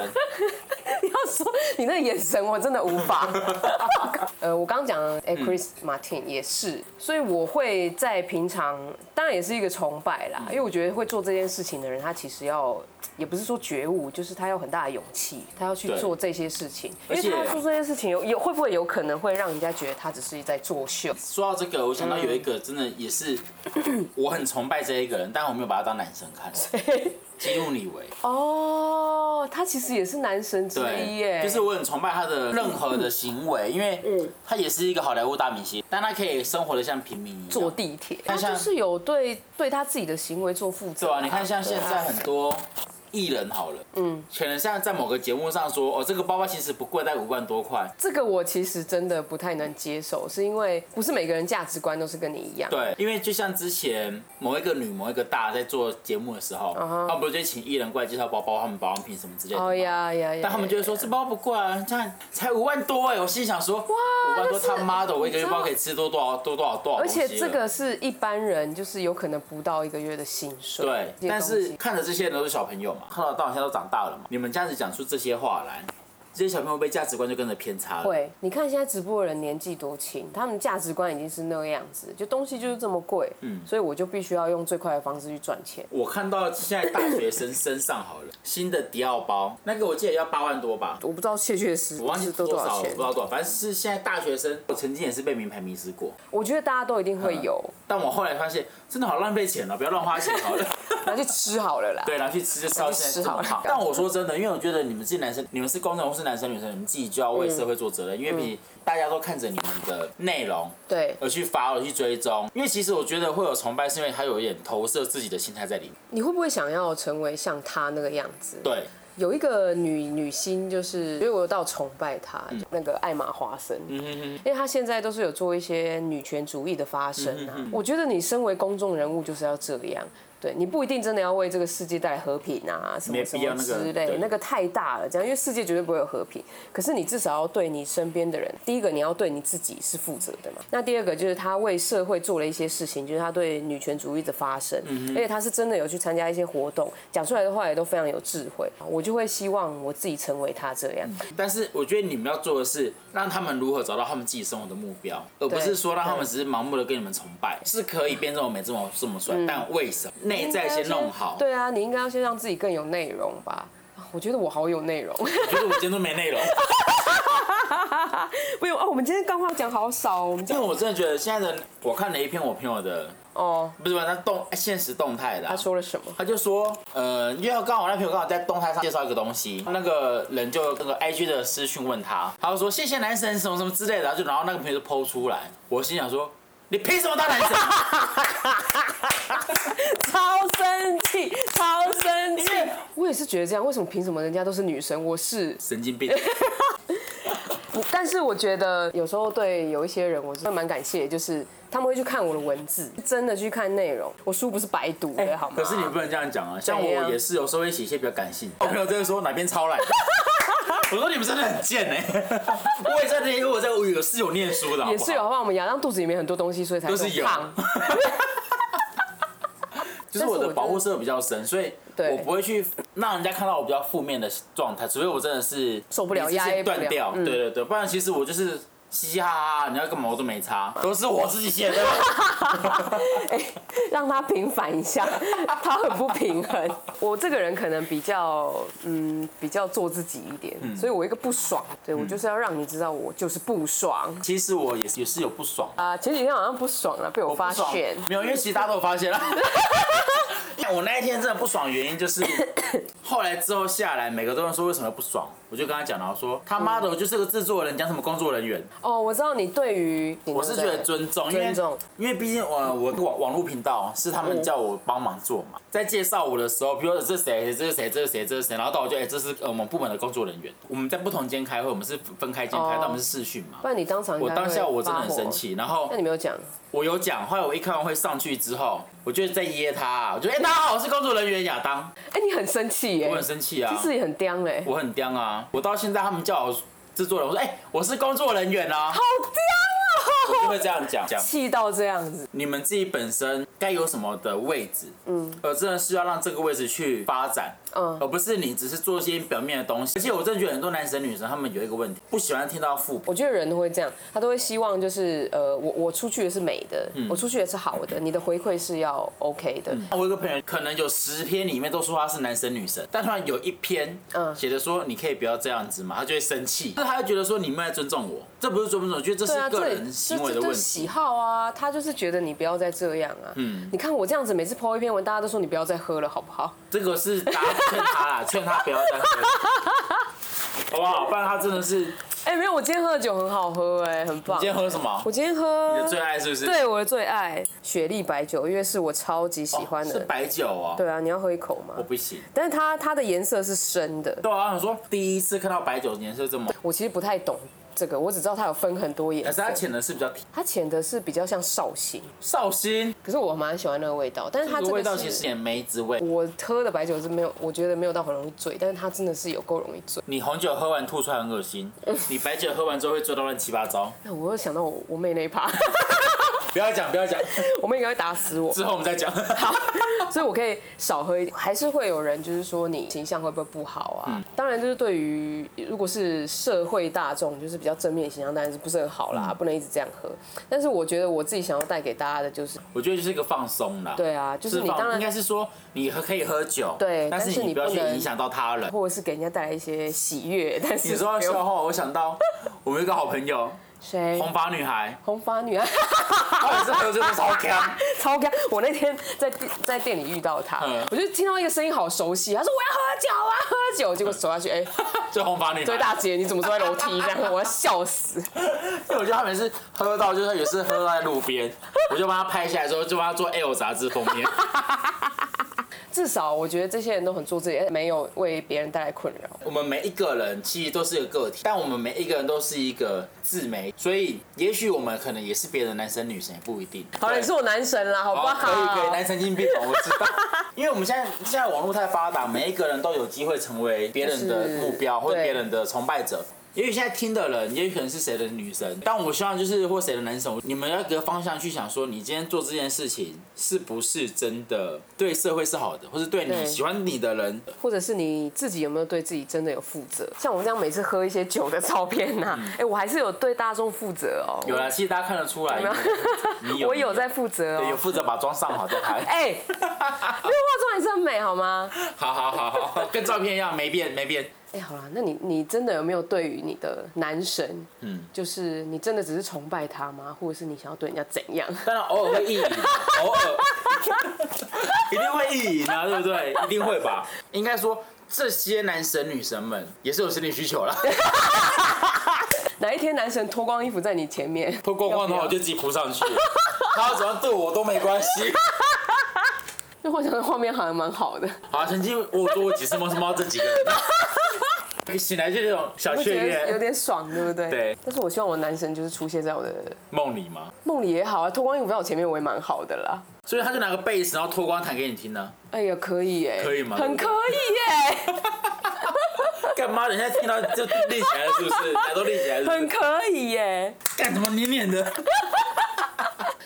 [SPEAKER 3] 你要说你那个眼神，我真的无法。 呃，我刚刚讲了，哎、c
[SPEAKER 4] 嗯
[SPEAKER 3] h r i s Martin 也是，所以我会在平常，当然也是一个崇拜
[SPEAKER 4] 嗯
[SPEAKER 3] 啦，因为我觉得会做这件事情的人，他其实要也不是说觉悟，就是他有很大的勇气，他要去
[SPEAKER 4] 对
[SPEAKER 3] 做这些事情，因
[SPEAKER 4] 而
[SPEAKER 3] 为
[SPEAKER 4] 且
[SPEAKER 3] 他做这些事情有有会不会有可能会让人家觉得他只是在作秀？
[SPEAKER 4] 说到这个，我想到有一个真的也是，我很崇拜这一个人，但我没有把他当男神看。基努里维，
[SPEAKER 3] 哦，他其实也是男神之一耶，嗯
[SPEAKER 4] 对，就是我很崇拜他的任何的行为，因为他也是一个好莱坞大明星，但他可以生活的像平民一样。
[SPEAKER 3] 坐地铁，他
[SPEAKER 4] 看像
[SPEAKER 3] 就是有对对他自己的行为做负责。
[SPEAKER 4] 对啊，你看像现在很多艺人好了，嗯，可能像在某个节目上说，哦，这个包包其实不贵，但五万多块，
[SPEAKER 3] 这个我其实真的不太能接受，是因为不是每个人价值观都是跟你一样。
[SPEAKER 4] 对，因为就像之前某一个女、某一个大在做节目的时候，他们不是就请艺人过来介绍包包、他们保养品什么之类的吗。
[SPEAKER 3] 啊哦呀呀呀！
[SPEAKER 4] 但他们就会说这包不贵啊，这样才五万多哎、我心里想说，哇五万多
[SPEAKER 3] 但是
[SPEAKER 4] 他妈的，我一个月
[SPEAKER 3] 你知道
[SPEAKER 4] 包可以吃多多少多多少多少
[SPEAKER 3] 而
[SPEAKER 4] 东西了
[SPEAKER 3] 且这个是一般人，就是有可能不到一个月的薪水。
[SPEAKER 4] 对，
[SPEAKER 3] 这些
[SPEAKER 4] 但
[SPEAKER 3] 东西
[SPEAKER 4] 是看着这些人都是小朋友嘛，看到到现在都长大了嘛，你们这样子讲出这些话来，这些小朋友被价值观就跟着偏差了。
[SPEAKER 3] 会，你看现在直播的人年纪多轻，他们价值观已经是那个样子，就东西就是这么贵，嗯，所以我就必须要用最快的方式去赚钱。
[SPEAKER 4] 我看到现在大学生身上好了， 新的迪奥包，那个我记得要八万多吧，
[SPEAKER 3] 我不知道确确实
[SPEAKER 4] 我忘记
[SPEAKER 3] 是都
[SPEAKER 4] 多
[SPEAKER 3] 多
[SPEAKER 4] 少了，
[SPEAKER 3] 少
[SPEAKER 4] 我不
[SPEAKER 3] 钱
[SPEAKER 4] 知，道多少，反正是现在大学生，我曾经也是被名牌迷失过，
[SPEAKER 3] 我觉得大家都一定会有，
[SPEAKER 4] 但我后来发现真的好浪费钱哦，不要乱花钱 好了。
[SPEAKER 3] 拿去吃好了啦。
[SPEAKER 4] 对，拿去吃就吃到现在这 么好。但我说真的，因为我觉得你们自己男生，你们是工程或是男生女生，你们自己就要为
[SPEAKER 3] 嗯
[SPEAKER 4] 社会做责任，因为你大家都看着你们的内容。
[SPEAKER 3] 对，
[SPEAKER 4] 而去发，而去追踪，因为其实我觉得会有崇拜，是因为他有一点投射自己的心态在里面。
[SPEAKER 3] 你会不会想要成为像他那个样子？
[SPEAKER 4] 对，
[SPEAKER 3] 有一个女女星，就是因为我有到崇拜她，那个艾玛华森，因为她现在都是有做一些女权主义的发声啊。
[SPEAKER 4] 嗯
[SPEAKER 3] 我觉得你身为公众人物就是要这样，对你不一定真的要为这个世界带来和平啊，什
[SPEAKER 4] 没
[SPEAKER 3] 么什
[SPEAKER 4] 必要
[SPEAKER 3] 么
[SPEAKER 4] 那个
[SPEAKER 3] 之类
[SPEAKER 4] 对，
[SPEAKER 3] 那个太大了，这样因为世界绝对不会有和平。可是你至少要对你身边的人，第一个你要对你自己是负责的嘛。那第二个就是她为社会做了一些事情，就是她对女权主义的发声，
[SPEAKER 4] 嗯
[SPEAKER 3] 而且她是真的有去参加一些活动，讲出来的话也都非常有智慧。我就会希望我自己成为她这样。
[SPEAKER 4] 但是我觉得你们要做的是让他们如何找到他们自己生活的目标，而不是说让他们只是盲目的跟你们崇拜，是可以变这么美、这么这么帅，但为什么内在先弄好？
[SPEAKER 3] 对啊，你应该要先让自己更有内容吧。啊我觉得我好有内容，
[SPEAKER 4] 我觉得我今天都没内容。
[SPEAKER 3] 没有啊，我们今天干话讲好少哦，我们
[SPEAKER 4] 因
[SPEAKER 3] 讲
[SPEAKER 4] 为我 真的觉得现在的我看了一篇我朋友的，
[SPEAKER 3] 哦，
[SPEAKER 4] 不是吧？他动现实动态的啊、
[SPEAKER 3] 他说了什么？
[SPEAKER 4] 他就说，呃，因为刚好我那朋友刚好在动态上介绍一个东西，那个人就那个 IG 的私讯问他，他就说谢谢男神什么什么之类的，然后就然后那个朋友就剖出来，我心想说，你凭什么当男神？
[SPEAKER 3] 超生气，超生气！我也是觉得这样，为什么凭什么人家都是女神，我是？
[SPEAKER 4] 神经病！
[SPEAKER 3] 但是我觉得有时候对有一些人，我真的蛮感谢，就是他们会去看我的文字，真的去看内容。我书不是白读的，好吗？
[SPEAKER 4] 可是你不能这样哦讲啊，像
[SPEAKER 3] 怎样
[SPEAKER 4] 我也是有时候会写一些比较感性，我朋友就说哪边抄来的。我说你们真的很贱哎、我也在那，我在我有是有念书的，好
[SPEAKER 3] 也
[SPEAKER 4] 不好
[SPEAKER 3] 是有，好不好？我们亚当肚子里面很多东西，所以才
[SPEAKER 4] 都是
[SPEAKER 3] 会
[SPEAKER 4] 有
[SPEAKER 3] 胖。
[SPEAKER 4] 就是我的保护色比较深，所以
[SPEAKER 3] 对
[SPEAKER 4] 我不会去让人家看到我比较负面的状态，除非我真的是
[SPEAKER 3] 受不了
[SPEAKER 4] 理智线
[SPEAKER 3] 压抑不了
[SPEAKER 4] 断掉。
[SPEAKER 3] 嗯
[SPEAKER 4] 对对对，不然其实我就是嘻嘻哈哈，你要干嘛我都没差，都是我自己写的。
[SPEAKER 3] 哎，让他平反一下， 他很不平衡。我这个人可能比较，嗯，比较做自己一点，
[SPEAKER 4] 嗯
[SPEAKER 3] 所以我一个不爽，对我就是要让你知道我就是不爽
[SPEAKER 4] 其实我也是也是有不爽，
[SPEAKER 3] 啊、前几天好像不爽了，被我发
[SPEAKER 4] 不爽
[SPEAKER 3] 现。
[SPEAKER 4] 没有，因为其实大家都有发现了。 我那一天真的不爽，的原因就是 后来之后下来，每个都人说为什么不爽，我就跟他讲了，我说他妈的，我就是个制作人，讲什么工作人员，
[SPEAKER 3] 哦，我知道你对于，
[SPEAKER 4] 我是觉得尊重，因为
[SPEAKER 3] 尊重
[SPEAKER 4] 因为毕竟我我网网络频道是他们叫我帮忙做嘛，在介绍我的时候，比如说这是谁，这是谁，这是谁，这是谁，然后到我就哎、这是呃我们部门的工作人员，我们在不同间开会，我们是分开间开，
[SPEAKER 3] 哦
[SPEAKER 4] 但我们是视讯嘛
[SPEAKER 3] 不。然你当场应
[SPEAKER 4] 我
[SPEAKER 3] 该
[SPEAKER 4] 当下
[SPEAKER 3] 会
[SPEAKER 4] 我真的
[SPEAKER 3] 发
[SPEAKER 4] 很
[SPEAKER 3] 火
[SPEAKER 4] 生。气，然后
[SPEAKER 3] 那你没有讲，
[SPEAKER 4] 我有讲，后来我一开完会上去之后，我就在噎他、我就哎、大家好，我是工作人员亚当，
[SPEAKER 3] 哎、你很生气耶、
[SPEAKER 4] 我很生气啊，
[SPEAKER 3] 其实也很刁嘞、
[SPEAKER 4] 我很刁啊，我到现在他们叫我制作人，我说哎、我是工作人员啊，
[SPEAKER 3] 好
[SPEAKER 4] 我
[SPEAKER 3] 刁
[SPEAKER 4] 就
[SPEAKER 3] 哦、
[SPEAKER 4] 会这样讲讲。
[SPEAKER 3] 气到这样子，
[SPEAKER 4] 你们自己本身该有什么的位置，嗯，而真的是要让这个位置去发展，
[SPEAKER 3] 嗯
[SPEAKER 4] 而不是你只是做一些表面的东西。而且我真的觉得很多男生女生他们有一个问题，不喜欢听到负评，
[SPEAKER 3] 我觉得人都会这样，他都会希望就是呃，我我出去的是美的，
[SPEAKER 4] 嗯
[SPEAKER 3] 我出去的是好的，你的回馈是要 OK 的，
[SPEAKER 4] 我有一个朋友，可能有十篇里面都说他是男生女生，但突然有一篇，
[SPEAKER 3] 嗯
[SPEAKER 4] 写的说你可以不要这样子嘛，他就会生气，那他就觉得说你们在尊重我，这不是尊不尊重，我觉得这
[SPEAKER 3] 对啊，
[SPEAKER 4] 是个
[SPEAKER 3] 这
[SPEAKER 4] 人行为
[SPEAKER 3] 这
[SPEAKER 4] 的
[SPEAKER 3] 这
[SPEAKER 4] 问
[SPEAKER 3] 这喜
[SPEAKER 4] 题。
[SPEAKER 3] 好啊，他就是觉得你不要再这样啊。嗯，你看我这样子，每次 po 一篇文，大家都说你不要再喝了，好不好？
[SPEAKER 4] 这个是大家劝他啦，劝他不要再喝，好不好？不然他真的是，你
[SPEAKER 3] 哎、没有，我今天喝的酒很好喝、哎，很棒
[SPEAKER 4] 今。天喝什么
[SPEAKER 3] 我？今天喝
[SPEAKER 4] 你的最爱是不是？
[SPEAKER 3] 对，啊我的最爱雪莉白酒，因为是我超级喜欢
[SPEAKER 4] 是
[SPEAKER 3] 的。
[SPEAKER 4] 白酒哦。
[SPEAKER 3] 对啊，你要喝一口吗
[SPEAKER 4] 我？不行。
[SPEAKER 3] 但是它它的颜色是深的，
[SPEAKER 4] 对啊，我想说第一次看到白酒颜色这么，
[SPEAKER 3] 我其实不太懂这个，我只知道它有分很多
[SPEAKER 4] 可
[SPEAKER 3] 颜
[SPEAKER 4] 是
[SPEAKER 3] 色
[SPEAKER 4] 它。浅的是比较甜。
[SPEAKER 3] 它浅的是比较像绍兴，
[SPEAKER 4] 绍兴，
[SPEAKER 3] 可是我蛮喜欢那个味道，但是它这
[SPEAKER 4] 这个
[SPEAKER 3] 个
[SPEAKER 4] 味道
[SPEAKER 3] 是
[SPEAKER 4] 其实也梅子味。
[SPEAKER 3] 我喝的白酒是没有，我觉得没有到很容易醉，但是它真的是有够容易醉。
[SPEAKER 4] 你红酒喝完吐出来很 恶心，你白酒喝完之后会醉到乱七八糟。
[SPEAKER 3] 那我又想到我我妹那一趴， 嗯
[SPEAKER 4] 不要讲，不要讲，
[SPEAKER 3] 我妹应该会打死我。
[SPEAKER 4] 之后我们再讲。
[SPEAKER 3] 好，所以我可以少喝一点，还是会有人就是说你形象会不会不好
[SPEAKER 4] 嗯
[SPEAKER 3] 啊？当然，就是对于如果是社会大众，就是比较正面的形象，当然是不是很好啦，
[SPEAKER 4] 嗯
[SPEAKER 3] 不能一直这样喝。但是我觉得我自己想要带给大家的就是，
[SPEAKER 4] 我觉得就是一个放松啦。
[SPEAKER 3] 对啊就是
[SPEAKER 4] 释
[SPEAKER 3] 你
[SPEAKER 4] 放
[SPEAKER 3] 当然
[SPEAKER 4] 应该是说你喝可以喝酒，
[SPEAKER 3] 对
[SPEAKER 4] 但
[SPEAKER 3] 但
[SPEAKER 4] 是
[SPEAKER 3] 是
[SPEAKER 4] 你
[SPEAKER 3] 你
[SPEAKER 4] 不要
[SPEAKER 3] 不
[SPEAKER 4] 去
[SPEAKER 3] 能
[SPEAKER 4] 影响到他人。
[SPEAKER 3] 或者是给人家带来一些喜悦，但是
[SPEAKER 4] 你说到
[SPEAKER 3] 不用
[SPEAKER 4] 笑话，我想到我们有一个好朋友，
[SPEAKER 3] 谁
[SPEAKER 4] 红发女孩，
[SPEAKER 3] 红发 女啊，
[SPEAKER 4] 她也是喝醉的超强。
[SPEAKER 3] 超干！我那天在店在店里遇到她，
[SPEAKER 4] 嗯
[SPEAKER 3] 我就听到一个声音好熟悉，她说我要喝酒，我要喝酒，结果走下去， 哎、
[SPEAKER 4] 就红发女孩，
[SPEAKER 3] 这位大姐你怎么坐在楼梯？然后我要笑 死。
[SPEAKER 4] 因为我觉得他每次喝到，就是有次喝到在路边，我就帮他拍下来之后，就帮他做 L 杂志封面。
[SPEAKER 3] 至少我觉得这些人都很做自己，哎没有为别人带来困扰。
[SPEAKER 4] 我们每一个人其实都是一个个体，但我们每一个人都是一个自媒，所以也许我们可能也是别人的男生女生也不一定。
[SPEAKER 3] 好了，
[SPEAKER 4] 对
[SPEAKER 3] 你是我男神啦，好不
[SPEAKER 4] 好，
[SPEAKER 3] 好？
[SPEAKER 4] 哦可以可以，男神经病，我知 道。因为我们现在现在网络太发达，每一个人都有机会成为别人的目
[SPEAKER 3] 就
[SPEAKER 4] 标
[SPEAKER 3] 是
[SPEAKER 4] 或者
[SPEAKER 3] 对
[SPEAKER 4] 别人的崇拜者。也许现在听的人，也许可能是谁的女神，但我希望就是或谁的男神，你们要有一个方向去想说，你今天做这件事情是不是真的对社会是好的，或是对你
[SPEAKER 3] 对
[SPEAKER 4] 喜欢你的人，哦
[SPEAKER 3] 或者是你自己有没有对自己真的有负责？像我这样每次喝一些酒的照片呐、哎、我还是有对大众负责哦、
[SPEAKER 4] 嗯有啦，其实大家看得出 来，你有
[SPEAKER 3] 我有在负责哦、
[SPEAKER 4] 对有负责把妆上好再 拍。
[SPEAKER 3] 哎、没有化妆也是很美好吗？
[SPEAKER 4] 好好好好，跟照片一样没变没变。
[SPEAKER 3] 哎，好啦，那你你真的有没有对于你的男神，嗯，就是你真的只是崇拜他吗？或者是你想要对人家怎样？
[SPEAKER 4] 当然偶尔会意淫，偶尔一定会意淫啊，对不对？一定会吧？ 应该说这些男神女神们也是有生理需 求啦，
[SPEAKER 3] 哪一天男神脱光衣服在你前面，
[SPEAKER 4] 脱光光的话
[SPEAKER 3] 要
[SPEAKER 4] 我
[SPEAKER 3] 不
[SPEAKER 4] 就
[SPEAKER 3] 要
[SPEAKER 4] 自己扑上去， 他要怎样对我都没关系。
[SPEAKER 3] 就幻想的画面好像蛮好的，
[SPEAKER 4] 好、啊，曾经我有做过几次梦是梦到这几个人， 醒来就那种小
[SPEAKER 3] 我
[SPEAKER 4] 雀
[SPEAKER 3] 觉得有
[SPEAKER 4] 跃
[SPEAKER 3] 点爽，对不对？
[SPEAKER 4] 对
[SPEAKER 3] 但是我希望我男神就是出现在我的
[SPEAKER 4] 梦里嘛，
[SPEAKER 3] 梦里也好啊，脱光衣服在我前面我也蛮好的啦。
[SPEAKER 4] 所以他就拿个贝斯，然后脱光弹给你听呢、
[SPEAKER 3] 哎呀，可以耶，
[SPEAKER 4] 可以吗
[SPEAKER 3] 很可以耶。
[SPEAKER 4] 啊。干嘛？人家听到就立起来了，是不 是？奶都立起来了是
[SPEAKER 3] 很
[SPEAKER 4] 不是，
[SPEAKER 3] 可以耶。
[SPEAKER 4] 干什么黏黏的？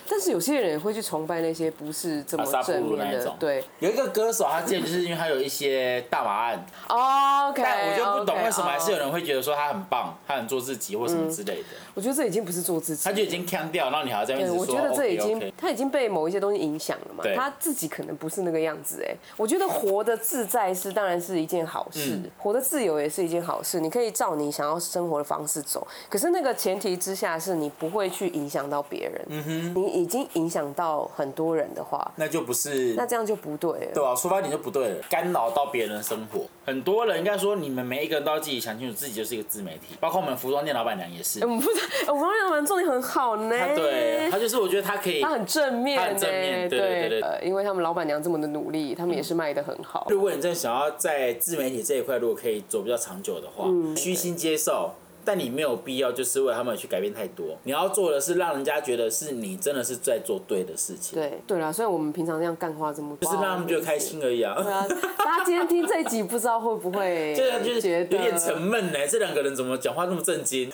[SPEAKER 3] 但是有些人会去崇拜那些不是这么
[SPEAKER 4] 阿萨布
[SPEAKER 3] 正
[SPEAKER 4] 鲁那
[SPEAKER 3] 面
[SPEAKER 4] 一
[SPEAKER 3] 的
[SPEAKER 4] 种，，
[SPEAKER 3] 对。
[SPEAKER 4] 有一个歌手，他之前就是因为他有一些大麻案，
[SPEAKER 3] 哦 OK，
[SPEAKER 4] 但我就不懂
[SPEAKER 3] OK，
[SPEAKER 4] 为什么还是有
[SPEAKER 3] 哦嗯
[SPEAKER 4] 人会觉得说他很棒，他很做自己或什么之类的，
[SPEAKER 3] 我觉得这已经不是做自己
[SPEAKER 4] 他
[SPEAKER 3] 了。
[SPEAKER 4] 就已经腔掉，然后你还要在那
[SPEAKER 3] 对，
[SPEAKER 4] 边一
[SPEAKER 3] 我
[SPEAKER 4] 直
[SPEAKER 3] 觉
[SPEAKER 4] 说
[SPEAKER 3] 得这
[SPEAKER 4] OK
[SPEAKER 3] 已经
[SPEAKER 4] OK，
[SPEAKER 3] 他已经被某一些东西影响了嘛
[SPEAKER 4] 对，
[SPEAKER 3] 他自己可能不是那个样子哎。我觉得活得自在是当然是一件好事，
[SPEAKER 4] 嗯
[SPEAKER 3] 活得自由也是一件好事，你可以照你想要生活的方式走。可是那个前提之下是你不会去影响到别人，
[SPEAKER 4] 嗯
[SPEAKER 3] 你已经影响到很多人的话，
[SPEAKER 4] 那就不是
[SPEAKER 3] 那这样就不对了。
[SPEAKER 4] 对啊，出发点就不对了，干扰到别人的生活。很多人应该说，你们每一个人都要自己想清楚，自己就是一个自媒体，包括我们服装店老板娘也是
[SPEAKER 3] 欸。 我们不是，欸我们让人重点很好呢。
[SPEAKER 4] 她啊对，她就是我觉得她可以
[SPEAKER 3] 他，很正面呢，
[SPEAKER 4] 她很正面对对对对
[SPEAKER 3] 呃，因为他们老板娘这么的努力，他们也是卖的很好。
[SPEAKER 4] 如果你真的想要在自媒体这一块，如果可以走比较长久的话，
[SPEAKER 3] 嗯
[SPEAKER 4] 虚心接受。但你没有必要就是为他们去改变太多，你要做的是让人家觉得是你真的是在做对的事情，
[SPEAKER 3] 对对啦，虽然我们平常这样干话这么多，
[SPEAKER 4] 就是让他们觉得开心而已啊。
[SPEAKER 3] 对啊。大 家今天听这一集，不知道会不会
[SPEAKER 4] 这个 就是
[SPEAKER 3] 觉
[SPEAKER 4] 有
[SPEAKER 3] 得
[SPEAKER 4] 点沉闷呢，这两个人怎么讲话那么 震惊？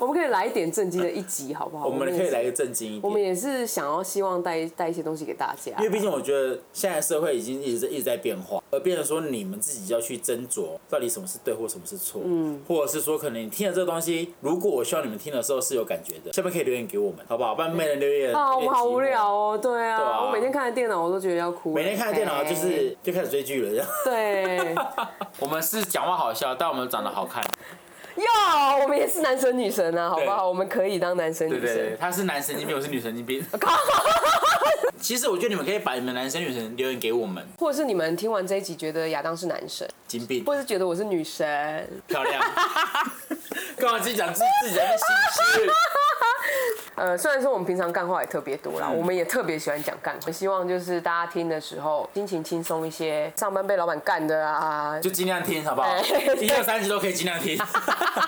[SPEAKER 3] 我们可以来一点正经的一集，好不好？
[SPEAKER 4] 我们可
[SPEAKER 3] 也
[SPEAKER 4] 以
[SPEAKER 3] 是
[SPEAKER 4] 来一个，震惊一点。
[SPEAKER 3] 我们也是想要希望带带一些东西给大家
[SPEAKER 4] 因。为毕竟我觉得现在社会已经一直在一直在变化，而变成说你们自己要去斟酌到底什么是对或什么是错，嗯，或者是说可能你听了这个东西，如果我希望你们听的时候是有感觉的，下面可以留言给我们，好不好？不然没人留言，
[SPEAKER 3] 啊，
[SPEAKER 4] 有
[SPEAKER 3] 我
[SPEAKER 4] 点
[SPEAKER 3] 们 好
[SPEAKER 4] 寂寞
[SPEAKER 3] 无聊。哦，对
[SPEAKER 4] 对啊
[SPEAKER 3] 啊，我每天看着电脑，我都觉得要哭。
[SPEAKER 4] 每天看着电脑就是就开始追剧了，这样。
[SPEAKER 3] 对，
[SPEAKER 4] 我们是讲话好笑，但我们长得好看。
[SPEAKER 3] 哟，我们也是男神女神啊，好不好？
[SPEAKER 4] 对
[SPEAKER 3] 我们可以当男神女
[SPEAKER 4] 对对对，
[SPEAKER 3] 神。
[SPEAKER 4] 他 是男神经病，我是女神经病。其实我觉得你们可以把你们男生女神留言给我们，
[SPEAKER 3] 或者是你们听完这一集觉得亚当是男神，
[SPEAKER 4] 金病
[SPEAKER 3] 或者是觉得我是女神，
[SPEAKER 4] 漂 亮。干嘛自己讲自己自己在那边心虚？
[SPEAKER 3] 呃，虽然说我们平常干话也特别多啦，我们也特别喜欢讲干话，希望就是大家听的时候心情轻松一些，上班被老板干的啊，
[SPEAKER 4] 就尽量听，好不好？
[SPEAKER 3] 对
[SPEAKER 4] 一到三集都可以尽量听。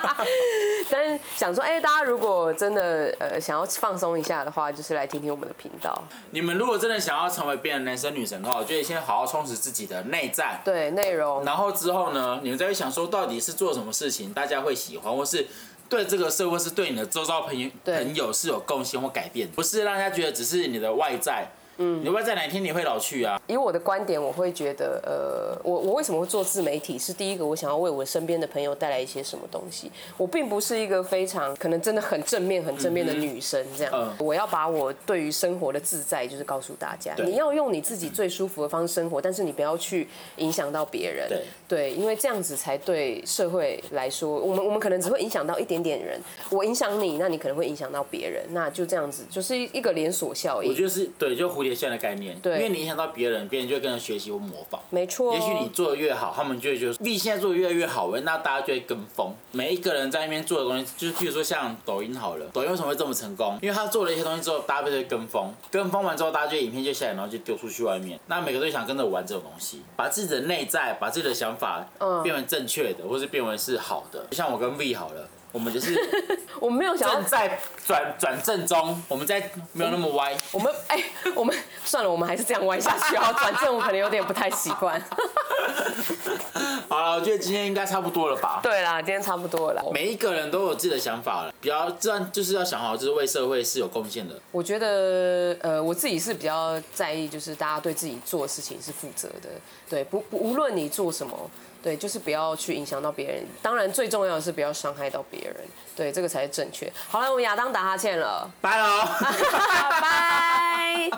[SPEAKER 3] 但是想说，哎、大家如果真的呃想要放松一下的话，就是来听听我们的频道，
[SPEAKER 4] 你们如果真的想要成为别人的男神女神的话，我觉得先好好充实自己的内在。
[SPEAKER 3] 对内容，
[SPEAKER 4] 然后之后呢，你们再会想说，到底是做什么事情大家会喜欢，或是对这个社会是对你的周遭朋友
[SPEAKER 3] 对
[SPEAKER 4] 朋友是有贡献或改变的，不是让人家觉得只是你的外在。嗯，你的外在哪一天你会老去啊？
[SPEAKER 3] 以我的观点，我会觉得，呃，我我为什么会做自媒体？是第一个，我想要为我身边的朋友带来一些什么东西。我并不是一个非常可能真的很正面、很正面的女生这样。
[SPEAKER 4] 嗯
[SPEAKER 3] 我要把我对于生活的自在，就是告诉大家，
[SPEAKER 4] 对
[SPEAKER 3] 你要用你自己最舒服的方式生活，但是你不要去影响到别人。
[SPEAKER 4] 对
[SPEAKER 3] 对，因为这样子才对社会来说，我们我们可能只会影响到一点点人。我影响你，那你可能会影响到别人，那就这样子，就是一个连锁效
[SPEAKER 4] 我
[SPEAKER 3] 应
[SPEAKER 4] 觉。得是对，就蝴蝶效应的概念。
[SPEAKER 3] 对哦
[SPEAKER 4] 因为你影响到别人，别人就会跟着学习或模仿。
[SPEAKER 3] 没错，
[SPEAKER 4] 也许你做的越好，他们就会觉得你现在做的越来越好，那大家就会跟风。每一个人在那边做的东西，就是譬如说像抖音好了，抖音为什么会这么成功？因为他做了一些东西之后，大家就会跟风，跟风完之后，大家就影片就下来，然后就丢出去外面。那每个都想跟着玩这种东西，把自己的内在，把自己的想法
[SPEAKER 3] 嗯
[SPEAKER 4] 变为正确的，或是变为是好的。就像我跟 V 好了。我们就是
[SPEAKER 3] 我没有想要
[SPEAKER 4] 正在转转正中，我们在没有那么歪，
[SPEAKER 3] 我们哎、我们算了，我们还是这样玩下去啊，反正我可能有点不太习惯。
[SPEAKER 4] 好了，我觉得今天应该差不多了吧？
[SPEAKER 3] 对啦，今天差不多了啦。
[SPEAKER 4] 每一个人都有自己的想法了，比较这样就是要想好，就是为社会是有贡献的。
[SPEAKER 3] 我觉得呃，我自己是比较在意，就是大家对自己做的事情是负责的。对，不不，无论你做什么，对，就是不要去影响到别人。当然，最重要的是不要伤害到别人。对， 这个才是正确。好了，我们亚当打哈欠了，
[SPEAKER 4] 拜喽。
[SPEAKER 3] 拜。